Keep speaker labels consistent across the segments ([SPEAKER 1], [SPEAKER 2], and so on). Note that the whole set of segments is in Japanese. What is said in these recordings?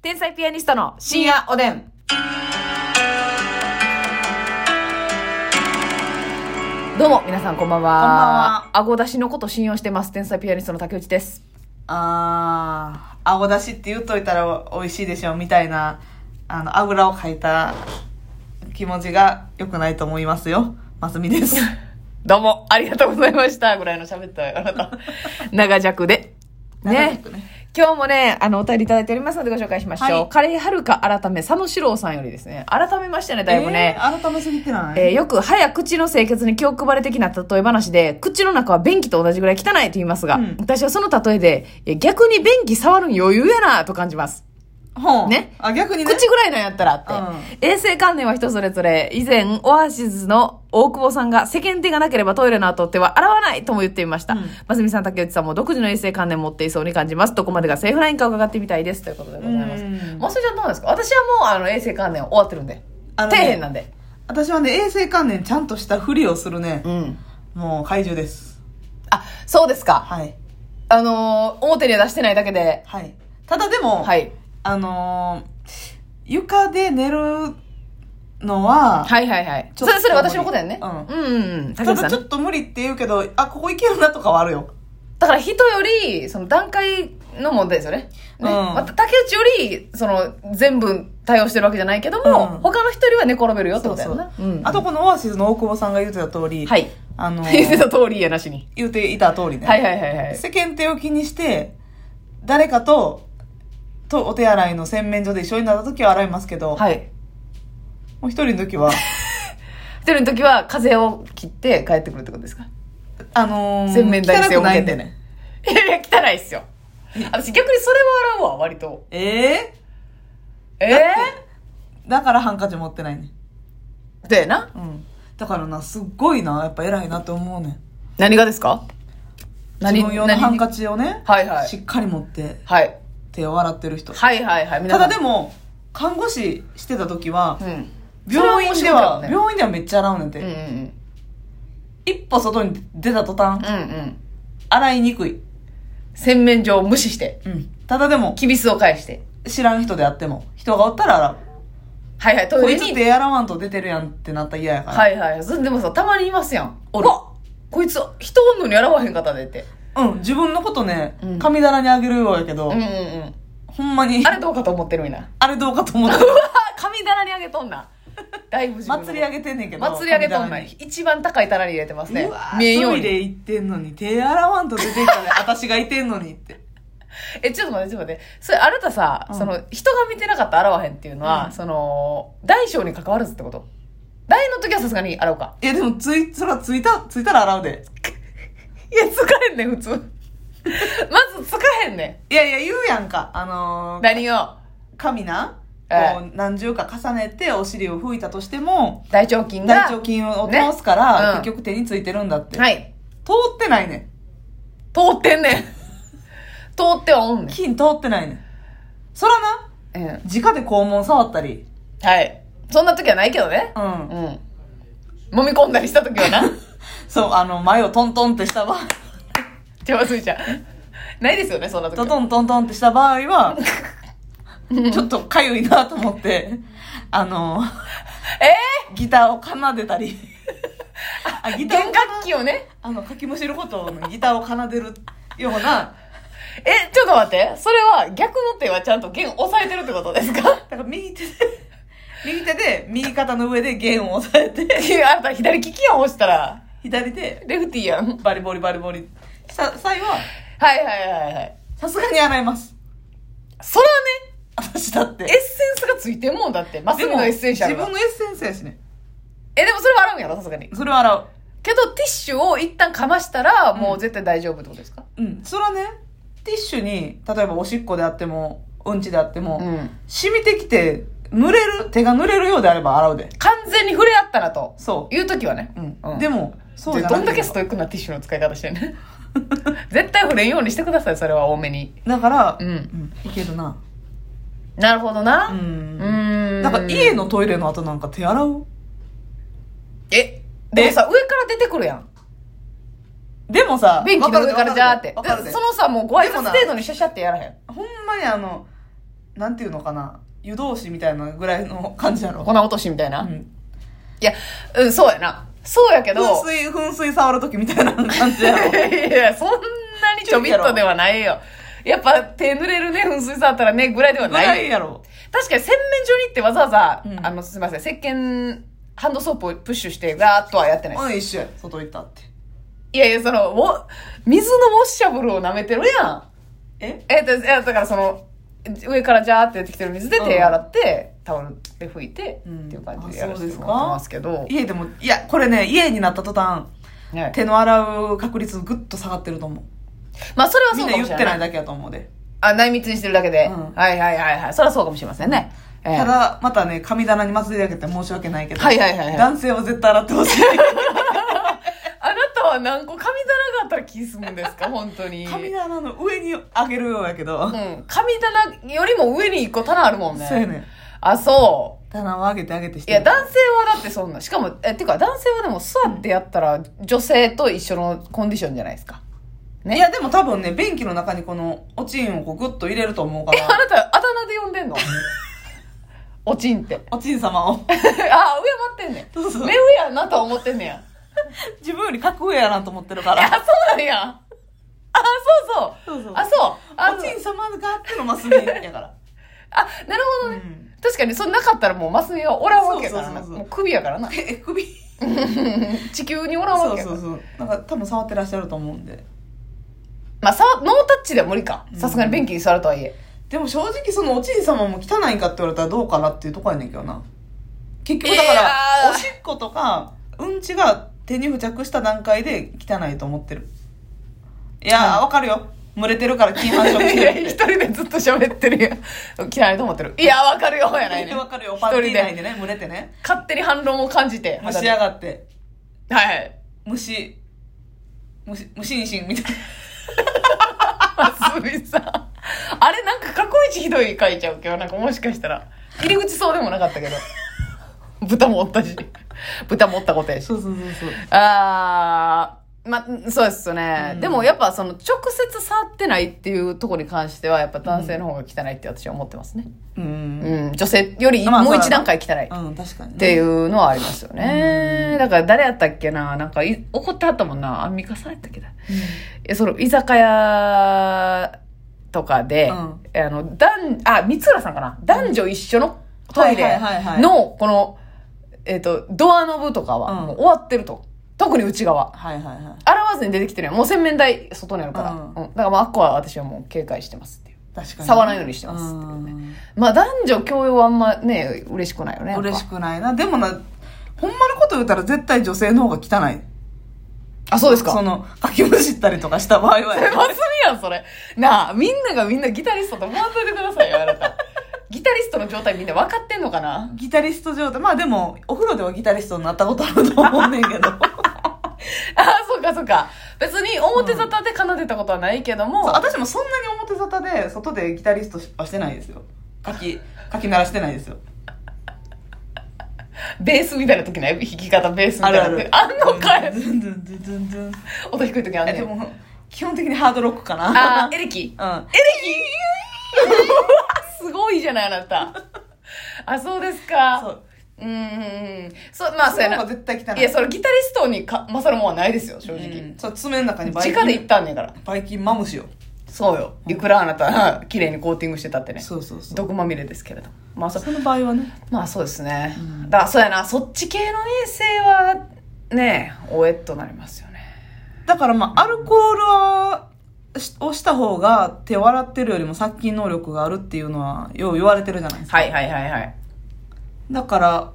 [SPEAKER 1] 天才ピアニストの深夜おでん。どうも、皆さんこんばんは。
[SPEAKER 2] こんばんは
[SPEAKER 1] 顎出しのこと信用してます。天才ピアニストの竹内です。
[SPEAKER 2] あー、顎出しって言っといたら美味しいでしょ、みたいな、あの、あぐらをかいた気持ちが良くないと思いますよ。ますみ です。
[SPEAKER 1] どうも、ありがとうございました。ぐらいの喋ったあなた。 長尺で。
[SPEAKER 2] 長
[SPEAKER 1] ね
[SPEAKER 2] 尺ね。
[SPEAKER 1] 今日もね、あの、お便りいただいておりますのでご紹介しましょう。
[SPEAKER 2] はい
[SPEAKER 1] カレーはるか改め、佐野史郎さんよりですね。改めましたね、だいぶね。
[SPEAKER 2] えー改めすぎてない、
[SPEAKER 1] えーよく、歯や口の清潔に気を配れ的な例え話で、口の中は便器と同じぐらい汚いと言いますが、
[SPEAKER 2] うん
[SPEAKER 1] 私はその例えで、え逆に便器触るの余裕やなと感じます。
[SPEAKER 2] ほう
[SPEAKER 1] ね
[SPEAKER 2] あ、逆にね。
[SPEAKER 1] 口ぐらいなんやったらって。衛生観念は人それぞれ、以前、オアシズの大久保さんが世間体がなければトイレの後手は洗わないとも言っていました。
[SPEAKER 2] うん
[SPEAKER 1] ますみさん、竹内さんも独自の衛生観念持っていそうに感じます。どこまでがセーフラインか伺ってみたいです。ということでございます
[SPEAKER 2] うん。
[SPEAKER 1] ますみちゃんどうですか私はもう、あの、衛生観念終わってるんで。
[SPEAKER 2] あの
[SPEAKER 1] 底
[SPEAKER 2] ね
[SPEAKER 1] 辺なんで。
[SPEAKER 2] 私はね、衛生観念ちゃんとしたふりをするね。
[SPEAKER 1] うん。
[SPEAKER 2] もう、怪獣です。
[SPEAKER 1] あ、そうですか。
[SPEAKER 2] はい。
[SPEAKER 1] あのー、表には出してないだけで、
[SPEAKER 2] はい。ただでも、
[SPEAKER 1] はい。
[SPEAKER 2] あのー床で寝るのは、
[SPEAKER 1] はいはいはい。
[SPEAKER 2] ち
[SPEAKER 1] そ
[SPEAKER 2] ょっと
[SPEAKER 1] れ、それ私のことやんね。
[SPEAKER 2] うん
[SPEAKER 1] うんうん。竹
[SPEAKER 2] た
[SPEAKER 1] 内さ
[SPEAKER 2] だ
[SPEAKER 1] ん
[SPEAKER 2] ちょ
[SPEAKER 1] ね
[SPEAKER 2] っと無理って言うけど、あ、ここいけるなとかはあるよ。
[SPEAKER 1] だから人より、その段階の問題ですよね。ね。
[SPEAKER 2] うん
[SPEAKER 1] また竹内より、その、全部対応してるわけじゃないけども、
[SPEAKER 2] うん
[SPEAKER 1] 他の人よりは寝転べるよってことやんな。
[SPEAKER 2] そうそう
[SPEAKER 1] うん
[SPEAKER 2] あとこのオアシスの大久保さんが言ってた通り、
[SPEAKER 1] はい。
[SPEAKER 2] あの
[SPEAKER 1] 言って た通りやなしに。
[SPEAKER 2] 言っていた通りね、
[SPEAKER 1] はいはいはいはい。
[SPEAKER 2] 世間体を気にして誰かととお手洗いの洗面所で一緒になった時は洗いますけど、
[SPEAKER 1] はい。
[SPEAKER 2] もう一人の 時は
[SPEAKER 1] 一人の時は風を切って帰ってくるってことですか
[SPEAKER 2] あのー、
[SPEAKER 1] 洗面台に背を
[SPEAKER 2] 汚
[SPEAKER 1] 向
[SPEAKER 2] くな
[SPEAKER 1] け
[SPEAKER 2] いん
[SPEAKER 1] て
[SPEAKER 2] で
[SPEAKER 1] ね
[SPEAKER 2] ね。
[SPEAKER 1] いやいや、汚いっすよ。私逆にそれは洗うわ、割と。
[SPEAKER 2] ええ
[SPEAKER 1] え
[SPEAKER 2] だからハンカチ持ってないね
[SPEAKER 1] ー、だよな。
[SPEAKER 2] うんだからなすっごいなやっぱ偉いなって思うね
[SPEAKER 1] 何がですか
[SPEAKER 2] 自分用のハンカ
[SPEAKER 1] チ。
[SPEAKER 2] チをね、
[SPEAKER 1] はいはい
[SPEAKER 2] しっかり持って
[SPEAKER 1] はい。
[SPEAKER 2] 手を洗ってる人
[SPEAKER 1] はいはいはい。
[SPEAKER 2] た
[SPEAKER 1] 皆さ
[SPEAKER 2] だ
[SPEAKER 1] ん
[SPEAKER 2] で、も看護師してた時は、
[SPEAKER 1] うん。
[SPEAKER 2] 病院
[SPEAKER 1] そ
[SPEAKER 2] で
[SPEAKER 1] れは
[SPEAKER 2] は、
[SPEAKER 1] 面白いけどね
[SPEAKER 2] 病院ではめっちゃ洗うねんて、
[SPEAKER 1] うんうん
[SPEAKER 2] 一歩外に出た途端、
[SPEAKER 1] うん。うんうん。
[SPEAKER 2] 洗いにくい、
[SPEAKER 1] 洗面所を無視して、
[SPEAKER 2] ただでも
[SPEAKER 1] キビスを返して。
[SPEAKER 2] 知らん人であっても人がおったら
[SPEAKER 1] はいはい、ト
[SPEAKER 2] 洗うこ
[SPEAKER 1] イ
[SPEAKER 2] い
[SPEAKER 1] レ
[SPEAKER 2] つ
[SPEAKER 1] に。
[SPEAKER 2] 手洗わんと出てるやんってなったら嫌やから、
[SPEAKER 1] はいはい。そでもさ、たまにいますやん。
[SPEAKER 2] おる
[SPEAKER 1] うわこいつ、人おんのに洗わへんかったでって。
[SPEAKER 2] うん自分のことね、
[SPEAKER 1] うん
[SPEAKER 2] 神棚にあげるようやけど、
[SPEAKER 1] うんうんうん。
[SPEAKER 2] ほんまに
[SPEAKER 1] あ
[SPEAKER 2] あれ
[SPEAKER 1] れどうかと思ってるみんな。
[SPEAKER 2] どうかと思 った
[SPEAKER 1] うわ神棚にあげとんな。だいぶ自分の
[SPEAKER 2] 祭り上げてんねんけど
[SPEAKER 1] 祭り上げとんな。
[SPEAKER 2] 神棚に
[SPEAKER 1] 一番高い棚に入れてますね。
[SPEAKER 2] うわー
[SPEAKER 1] 見えんよう
[SPEAKER 2] トイ
[SPEAKER 1] に。
[SPEAKER 2] レ行ってんのに手洗わんと出てんかね私がい てんのにって
[SPEAKER 1] え、ちょっと待って、ちょっと待って。それ、あなたさ、
[SPEAKER 2] うん
[SPEAKER 1] その、人が見てなかったら洗わへんっていうのは、
[SPEAKER 2] うん
[SPEAKER 1] その、大小に関わらずってこと大の時はさすがに洗うか。
[SPEAKER 2] いやでもついそらついたついたら洗うで
[SPEAKER 1] いや、つかへんねん、普通。 まずつかへんね
[SPEAKER 2] いやいや言うやんかあの
[SPEAKER 1] ん。
[SPEAKER 2] ー、
[SPEAKER 1] 何を
[SPEAKER 2] 髪な、
[SPEAKER 1] え
[SPEAKER 2] こう何重か重ねてお尻を拭いたとしても
[SPEAKER 1] 大腸菌が。
[SPEAKER 2] 大腸菌を通すから、
[SPEAKER 1] ねうん
[SPEAKER 2] 結局手についてるんだって、
[SPEAKER 1] はい。
[SPEAKER 2] 通ってないねん
[SPEAKER 1] 通ってんねん。通ってはおんね。
[SPEAKER 2] 菌通ってないねんそらなん
[SPEAKER 1] うん。
[SPEAKER 2] 直で肛門触ったり
[SPEAKER 1] はい。そんな時はないけどね。
[SPEAKER 2] うん、
[SPEAKER 1] うん。揉み込んだりした時はな。
[SPEAKER 2] そうあの前をトントンってした場合
[SPEAKER 1] 手はついちゃう。ないですよね、そんな時
[SPEAKER 2] ト
[SPEAKER 1] は。
[SPEAKER 2] トントントンってした場合 はちょっとかゆいなと思ってあの
[SPEAKER 1] え
[SPEAKER 2] ギターを奏でた りあギ
[SPEAKER 1] ー、
[SPEAKER 2] ターを
[SPEAKER 1] 弦楽器をね。
[SPEAKER 2] あのかきむしることのギターを奏でるような
[SPEAKER 1] え、ちょっと待って。それは逆の手はちゃんと弦押さえてるってことですか
[SPEAKER 2] だから右手で、右手で、右肩の上で弦を押さえて、
[SPEAKER 1] いやあなた左利きやん、押したら。
[SPEAKER 2] 左で、
[SPEAKER 1] レフティーやん。
[SPEAKER 2] バリボリバリボリした際は、
[SPEAKER 1] はいはいはいはい。
[SPEAKER 2] さすがに洗います。
[SPEAKER 1] それはね、
[SPEAKER 2] 私だって。
[SPEAKER 1] エッセンスがついてんもんだって。マスミのエッセンシャル
[SPEAKER 2] で
[SPEAKER 1] が
[SPEAKER 2] も自分のエッセンスやしね。
[SPEAKER 1] え、でもそれは洗うんやろ、さすがに。
[SPEAKER 2] それは洗
[SPEAKER 1] けど、ティッシュを一旦かましたら、もう絶対大丈夫ってことですか
[SPEAKER 2] う。うん。それはね、ティッシュに、例えばおしっこであっても、うんちであっても、
[SPEAKER 1] ん。
[SPEAKER 2] 染みてきて、濡れる、手が濡れるようであれば洗うで。
[SPEAKER 1] 完全に触れ合ったなと。
[SPEAKER 2] そ
[SPEAKER 1] いう時はね。
[SPEAKER 2] う。うん。
[SPEAKER 1] で
[SPEAKER 2] で
[SPEAKER 1] も、
[SPEAKER 2] も、そう
[SPEAKER 1] で
[SPEAKER 2] じゃ
[SPEAKER 1] ど
[SPEAKER 2] なんけ
[SPEAKER 1] だ
[SPEAKER 2] れ
[SPEAKER 1] け
[SPEAKER 2] ば
[SPEAKER 1] ストイックなティッシュの使い方してん ね。絶対触れんようにしてください、それは多めに。
[SPEAKER 2] だから、
[SPEAKER 1] うん
[SPEAKER 2] いけるな。
[SPEAKER 1] なるほど
[SPEAKER 2] う。
[SPEAKER 1] な。うんーん。
[SPEAKER 2] なんか家のトイレの後なんか手洗う
[SPEAKER 1] え、でもさ、上から出てくるやん。
[SPEAKER 2] でもさ、
[SPEAKER 1] 便器の上からじゃーって。
[SPEAKER 2] わかるで。
[SPEAKER 1] で
[SPEAKER 2] わ
[SPEAKER 1] そ
[SPEAKER 2] かるで
[SPEAKER 1] のさ、もうご挨
[SPEAKER 2] でも
[SPEAKER 1] 拶
[SPEAKER 2] な
[SPEAKER 1] 程度にシャシャってやらへん。
[SPEAKER 2] ほんまにあの、なんていうのかな、湯通しみたいなぐらいの感じやろ。
[SPEAKER 1] 粉落としみたいな。
[SPEAKER 2] う
[SPEAKER 1] い
[SPEAKER 2] ん
[SPEAKER 1] や、うん、そうやな。そうやけど、
[SPEAKER 2] 噴水、噴水触るときみたいな感じやろ。
[SPEAKER 1] いや、そんなにちょびっとではないよ。やっぱ手濡れるね、噴水触ったらね、ぐらいでは
[SPEAKER 2] ぐ
[SPEAKER 1] ないよ
[SPEAKER 2] らいやろ。
[SPEAKER 1] 確かに洗面所に行ってわざわざ、
[SPEAKER 2] うん
[SPEAKER 1] あの、すみません、石鹸、ハンドソープをプッシュして、ガーッとはやってないで
[SPEAKER 2] うん、一緒や。外行ったって。
[SPEAKER 1] す。いやいや、その、お水のウォッシャブルを舐めてるやん。
[SPEAKER 2] え
[SPEAKER 1] え、だいやだからその、上からジャーって出てきてる水で手洗って、タオルで拭いて、
[SPEAKER 2] うん
[SPEAKER 1] っていう感じで
[SPEAKER 2] あ
[SPEAKER 1] やらせてもらってますけど。
[SPEAKER 2] 家でも、いや、これね、家になった途端、
[SPEAKER 1] ね
[SPEAKER 2] 手の洗う確率ぐっと下がってると思う。
[SPEAKER 1] まあ、それは
[SPEAKER 2] み
[SPEAKER 1] そう
[SPEAKER 2] んな
[SPEAKER 1] か
[SPEAKER 2] 言
[SPEAKER 1] もし
[SPEAKER 2] っ
[SPEAKER 1] れ
[SPEAKER 2] て
[SPEAKER 1] な。
[SPEAKER 2] ないいだけやと思うで。
[SPEAKER 1] あ、内密にしてるだけで。
[SPEAKER 2] うん
[SPEAKER 1] はいはいはいはい。それはそうかもしれませんね。ええ
[SPEAKER 2] ただ、またね、神棚に祭り上げて申し訳ないけど、
[SPEAKER 1] はいはいはいはい。
[SPEAKER 2] 男性は絶対洗ってほしい。
[SPEAKER 1] あなたは何個神棚があったら気済むんです か本当に。
[SPEAKER 2] 神棚の上にあげるようやけど、
[SPEAKER 1] うん。神棚よりも上に一個棚あるもんね。
[SPEAKER 2] そうやねん。
[SPEAKER 1] あ、そ
[SPEAKER 2] 棚を上げて上げて
[SPEAKER 1] う。
[SPEAKER 2] し
[SPEAKER 1] い
[SPEAKER 2] て
[SPEAKER 1] や、
[SPEAKER 2] る。
[SPEAKER 1] 男性はだってそんな。しかも、え、てか男性はでも座ってやったら女性と一緒のコンディションじゃないですか。ね。
[SPEAKER 2] いや、でも多分ね、便器の中にこの、おちんをこうグッと入れると思うか
[SPEAKER 1] え、あ
[SPEAKER 2] ら、
[SPEAKER 1] なた、あだ名で呼ん でんのおちんって。
[SPEAKER 2] おちん様
[SPEAKER 1] あ、
[SPEAKER 2] を。
[SPEAKER 1] 上待ってんね
[SPEAKER 2] そうそ
[SPEAKER 1] ん。
[SPEAKER 2] う
[SPEAKER 1] 目上やなとは思ってんねや。
[SPEAKER 2] 自分より格上やなと思ってるか
[SPEAKER 1] あ、
[SPEAKER 2] ら。
[SPEAKER 1] そうなんや。あ、そうそう。
[SPEAKER 2] そうそう
[SPEAKER 1] あ、そう。あ
[SPEAKER 2] お
[SPEAKER 1] の
[SPEAKER 2] ちん様があってのマスミやから。
[SPEAKER 1] あ、なるほ
[SPEAKER 2] う
[SPEAKER 1] どね。
[SPEAKER 2] ん。
[SPEAKER 1] 確か に、そんなかったらもうマスミはおらんわけやから
[SPEAKER 2] そうそ
[SPEAKER 1] な。
[SPEAKER 2] うそうそう
[SPEAKER 1] もう首やからな。
[SPEAKER 2] え、首
[SPEAKER 1] 地球におらんわ
[SPEAKER 2] そう
[SPEAKER 1] けやか
[SPEAKER 2] そ
[SPEAKER 1] ら
[SPEAKER 2] う。そう。なんか多分触ってらっしゃると思うんで。
[SPEAKER 1] まあ、さノータッチでは無理か。さすがに便器に座るとはいえ。
[SPEAKER 2] でも正直そのおちん様も汚いかって言われたらどうかなっていうとこやねんけどな。結局だか
[SPEAKER 1] いや
[SPEAKER 2] ら、
[SPEAKER 1] ー
[SPEAKER 2] おしっことか、うんちが手に付着した段階で汚いと思ってる。いやー、わかるよ。群れ てるから金繁殖し
[SPEAKER 1] い
[SPEAKER 2] て
[SPEAKER 1] や
[SPEAKER 2] る
[SPEAKER 1] 一
[SPEAKER 2] って。
[SPEAKER 1] 人でずっと喋ってるやん。嫌いと思ってる。いや、わかるよ、やないね。
[SPEAKER 2] わかるよ。
[SPEAKER 1] 一
[SPEAKER 2] パ
[SPEAKER 1] 人
[SPEAKER 2] ンティー内
[SPEAKER 1] で。
[SPEAKER 2] でね、群れてね。
[SPEAKER 1] 勝手に反論を感じて。
[SPEAKER 2] 蒸し上がって。
[SPEAKER 1] はい。
[SPEAKER 2] 虫、虫、虫にしんみたいな。
[SPEAKER 1] ますみさん。あれ、なんか過去一ひどい書いちゃうけど、なんかもしかしたら。入り口そうでもなかったけど。豚もおったし。豚もおったことやし。
[SPEAKER 2] うそうそうそう。
[SPEAKER 1] あー、まあ、そうですよね、
[SPEAKER 2] うん
[SPEAKER 1] でもやっぱその直接触ってないっていうところに関しては、やっぱ男性の方が汚いって私は思ってますね。
[SPEAKER 2] う。
[SPEAKER 1] うんん、女性より
[SPEAKER 2] まあ
[SPEAKER 1] もう
[SPEAKER 2] そ
[SPEAKER 1] 一
[SPEAKER 2] うだ
[SPEAKER 1] 段階
[SPEAKER 2] な
[SPEAKER 1] 汚い。
[SPEAKER 2] うん、確かにね。
[SPEAKER 1] っていうのはありますよね。だから誰やったっけななんかい怒ってはったもんな。アンミカさんやったっけな。えその居酒屋とかで、
[SPEAKER 2] うん
[SPEAKER 1] あの、男、あ、三浦さんかな男女一緒のトイ
[SPEAKER 2] はい
[SPEAKER 1] レ
[SPEAKER 2] はいはいはい
[SPEAKER 1] の、この、えっ、と、ドアノブとかは
[SPEAKER 2] うん
[SPEAKER 1] もう終わってると。特に内側。
[SPEAKER 2] はいはいはい。
[SPEAKER 1] 洗わずに出てきてるやん。もう洗面台外にあるから。
[SPEAKER 2] うん
[SPEAKER 1] うんだからまあ、あっこは私はもう警戒してますっていう。
[SPEAKER 2] 確かに。
[SPEAKER 1] 触らないようにしてますっていうねまあ男女共用はあんまね、嬉しくないよね。や
[SPEAKER 2] うん
[SPEAKER 1] っぱ
[SPEAKER 2] 嬉しくないな。でもな、ほんまのこと言ったら絶対女性の方が汚い。
[SPEAKER 1] あ、そうですか。
[SPEAKER 2] その、かきむしったりとかした場合 は
[SPEAKER 1] それマスミやん、それ。なあ、みんながみんなギタリストと思わんといてくださいよ、あなた。ギタリストの状態みんな分かってんのかな
[SPEAKER 2] ギタリスト状態。まあでも、お風呂ではギタリストになったことあると思うねんけ ど。
[SPEAKER 1] あ、そうかそうか。別に表沙汰で奏でたことはないけども、
[SPEAKER 2] そう私もそんなに表沙汰で、外でギタリストはしてないですよ。かき、かき鳴らしてないですよ。
[SPEAKER 1] ベースみたいな時ない弾き方、ベースみた
[SPEAKER 2] あ
[SPEAKER 1] いな
[SPEAKER 2] る
[SPEAKER 1] 時
[SPEAKER 2] ある。
[SPEAKER 1] あんのかよ
[SPEAKER 2] ド。ゥンドゥンドゥンドゥンドゥン。
[SPEAKER 1] 音低い時あん
[SPEAKER 2] え
[SPEAKER 1] ね
[SPEAKER 2] で
[SPEAKER 1] ん。
[SPEAKER 2] も、基本的にハードロックかな。
[SPEAKER 1] あー、エレキ。
[SPEAKER 2] うん。
[SPEAKER 1] エレキ すごいじゃない、あなた。あ、そうですか。
[SPEAKER 2] そう。
[SPEAKER 1] うーん。そう、まあ、そうや
[SPEAKER 2] その
[SPEAKER 1] な。
[SPEAKER 2] 方が絶対汚い。
[SPEAKER 1] いや、それギタリストにか勝るもんはないですよ、正
[SPEAKER 2] う
[SPEAKER 1] 直。
[SPEAKER 2] んそう、爪の中にバイキン。
[SPEAKER 1] 直で行ったんねんから。
[SPEAKER 2] バイキンマムシよ。
[SPEAKER 1] そうよ。いくらあなた、綺麗にコーティングしてたってね。
[SPEAKER 2] そうそうそう。
[SPEAKER 1] 毒まみれですけれども。まあそ、
[SPEAKER 2] その場合はね。
[SPEAKER 1] まあそうですね。
[SPEAKER 2] うん
[SPEAKER 1] だからそうやな、そっち系の衛生は、ね、おえっとなりますよね。
[SPEAKER 2] だからまあ、アルコールは、しをした方が手を洗ってるよりも殺菌能力があるっていうのはよう言われてるじゃないですか。
[SPEAKER 1] はいはいはいはい。
[SPEAKER 2] だから、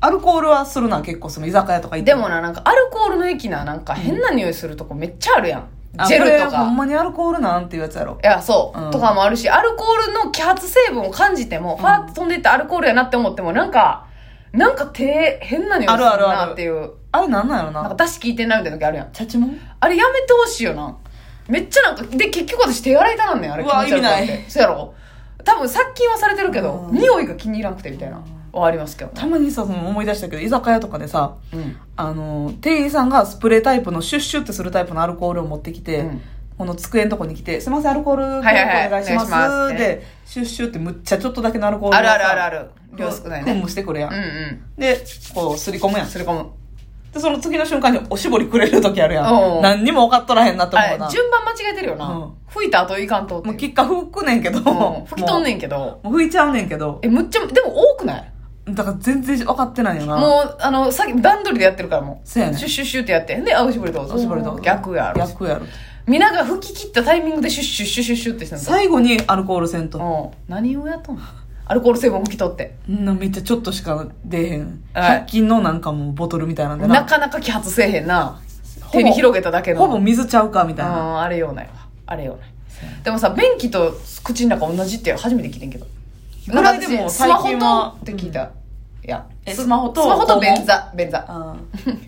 [SPEAKER 2] アルコールはするな、結構その居酒屋とか行って
[SPEAKER 1] でもな、なんかアルコールの液な、なんか変な匂いするとこめっちゃあるやん。
[SPEAKER 2] あ
[SPEAKER 1] ジェルと
[SPEAKER 2] これほん
[SPEAKER 1] か。
[SPEAKER 2] まにアルコールなんていうやつやろ。
[SPEAKER 1] いや、そう、
[SPEAKER 2] うん
[SPEAKER 1] とかもあるし、アルコールの揮発成分を感じても、ファーって飛んでいったアルコールやなって思っても、なんか、なんか手、変な匂いする
[SPEAKER 2] あるあるあ
[SPEAKER 1] な
[SPEAKER 2] る
[SPEAKER 1] っていう。
[SPEAKER 2] あれなんなんやろ
[SPEAKER 1] なんか
[SPEAKER 2] な。
[SPEAKER 1] 出汁効いてないみたいな時あるやん。
[SPEAKER 2] チャチモン
[SPEAKER 1] あれやめてほしいよな。めっちゃなんか、で、結局私手洗いたなんねん、あれ。
[SPEAKER 2] うわ
[SPEAKER 1] 気持ち悪くて
[SPEAKER 2] 意味な。
[SPEAKER 1] そうやろ多分殺菌はされてるけど、
[SPEAKER 2] うん
[SPEAKER 1] 匂いが気に入らんくてみたいな。はありますけどね。
[SPEAKER 2] たまにさ、その思い出したけど、居酒屋とかでさ、
[SPEAKER 1] うん。
[SPEAKER 2] あの、店員さんがスプレータイプのシュッシュってするタイプのアルコールを持ってきて、
[SPEAKER 1] うん
[SPEAKER 2] この机のとこに来て「すいませんアルコールお
[SPEAKER 1] はいはい
[SPEAKER 2] 願いしま
[SPEAKER 1] お
[SPEAKER 2] す」
[SPEAKER 1] 願いしますって
[SPEAKER 2] でシュッシュってむっちゃちょっとだけのアルコール
[SPEAKER 1] あるあるあるある量少ない
[SPEAKER 2] 噴
[SPEAKER 1] ね
[SPEAKER 2] 霧してくれや
[SPEAKER 1] う
[SPEAKER 2] ん、
[SPEAKER 1] んうん
[SPEAKER 2] でこうすり込むやん
[SPEAKER 1] すり込む
[SPEAKER 2] でその次の瞬間におしぼりくれる時あるや
[SPEAKER 1] おうん
[SPEAKER 2] 何にも分かっとらへんなって思う
[SPEAKER 1] あ
[SPEAKER 2] な
[SPEAKER 1] 順番間違えてるよな、
[SPEAKER 2] うん
[SPEAKER 1] 吹いた後いかんとってい
[SPEAKER 2] もう結果拭くねんけど、
[SPEAKER 1] うん吹き飛んね
[SPEAKER 2] ん
[SPEAKER 1] んけど
[SPEAKER 2] もう拭いちゃうねんけど
[SPEAKER 1] えむっちゃでも多くない
[SPEAKER 2] だから全然分かってないよな
[SPEAKER 1] もうあのさっき段取りでやってるからもう
[SPEAKER 2] そうやねん
[SPEAKER 1] シュッシュッシュッってやってであおしぼりどうぞ
[SPEAKER 2] おしぼりどうぞ
[SPEAKER 1] 逆やろ
[SPEAKER 2] 逆やろ
[SPEAKER 1] 皆が吹き切ったタイミングでシュッシュッシュッシュッシュッってしてんの
[SPEAKER 2] 最後にアルコールせんと
[SPEAKER 1] うん何をやっとんのアルコール成分拭き取って
[SPEAKER 2] なめっちゃちょっとしか出えへん
[SPEAKER 1] はい
[SPEAKER 2] 100均のなんかもうボトルみたいなんで
[SPEAKER 1] なかなか揮発せえへんな
[SPEAKER 2] ほぼ
[SPEAKER 1] 手に広げただけの
[SPEAKER 2] ほぼ水ちゃうかみ
[SPEAKER 1] う
[SPEAKER 2] たいなん
[SPEAKER 1] あれようないわあれようないでもさ便器と口の中同じって初めて聞いてんけど
[SPEAKER 2] ぐらいでも
[SPEAKER 1] なんか私スマホ
[SPEAKER 2] 最近は
[SPEAKER 1] とって聞いた、いや
[SPEAKER 2] え
[SPEAKER 1] す
[SPEAKER 2] スマホと
[SPEAKER 1] スマホと
[SPEAKER 2] 肛門
[SPEAKER 1] 便座便座
[SPEAKER 2] あー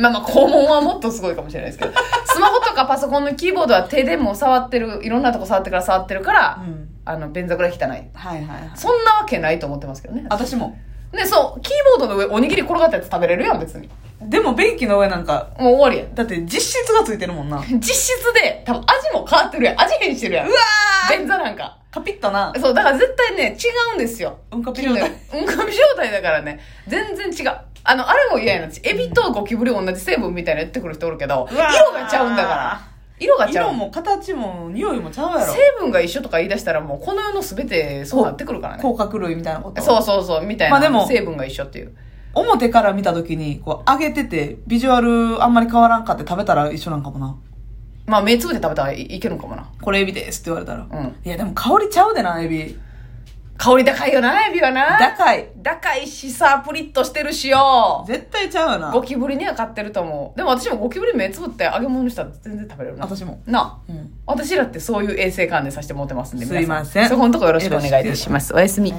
[SPEAKER 1] まあまあ肛門はもっとすごいかもしれない ですけどスマホとかパソコンのキーボードは手でも触ってるいろんなとこ触ってから触ってるから、
[SPEAKER 2] うん
[SPEAKER 1] あの便座ぐらい汚い
[SPEAKER 2] はいはいはい
[SPEAKER 1] そんなわけないと思ってますけどね
[SPEAKER 2] 私も
[SPEAKER 1] ねそうキーボードの上おにぎり転がったやつ食べれるやん別に
[SPEAKER 2] でも便器の上なんか
[SPEAKER 1] もう終わりやん
[SPEAKER 2] だって実質がついてるもんなうわ
[SPEAKER 1] 実質で多分味も変わってるやん味変してるやん便座なんか
[SPEAKER 2] ーカピッとな
[SPEAKER 1] そうだから絶対ね違うんですよ
[SPEAKER 2] うんかピ状態
[SPEAKER 1] うんこみ状態だからね全然違うあのあれも嫌やなエビとゴキブリ同じ成分みたいな言ってくる人おるけど
[SPEAKER 2] う
[SPEAKER 1] 色
[SPEAKER 2] わー
[SPEAKER 1] がちゃうんだから色がちゃう
[SPEAKER 2] 色も形も匂いもちゃうやろ
[SPEAKER 1] 成分が一緒とか言い出したらもうこの世の全てそうなってくるからね
[SPEAKER 2] 甲殻類みたいなこと
[SPEAKER 1] そうそうそうみたいな、
[SPEAKER 2] まあでも
[SPEAKER 1] 成分が一緒っていう
[SPEAKER 2] 表から見た時にこう揚げててビジュアルあんまり変わらんかって食べたら一緒なんかもな
[SPEAKER 1] まあ目つぶって食べたらいいけるんかもな
[SPEAKER 2] これエビですって言われた
[SPEAKER 1] う
[SPEAKER 2] ら、
[SPEAKER 1] ん
[SPEAKER 2] いやでも香りちゃうでなエビ
[SPEAKER 1] 香り高いよなエビはな
[SPEAKER 2] 高い
[SPEAKER 1] 高いしさプリッとしてるしよ
[SPEAKER 2] 絶対ちゃうよな
[SPEAKER 1] ゴキブリには勝ってると思うでも私もゴキブリ目つぶって揚げ物にしたら全然食べれるな
[SPEAKER 2] 私も、
[SPEAKER 1] なあ
[SPEAKER 2] うん
[SPEAKER 1] 私らってそういう衛生観でさせてもらってますんで皆
[SPEAKER 2] すいません
[SPEAKER 1] そこのとこよろしくお願いいたしますおやすみ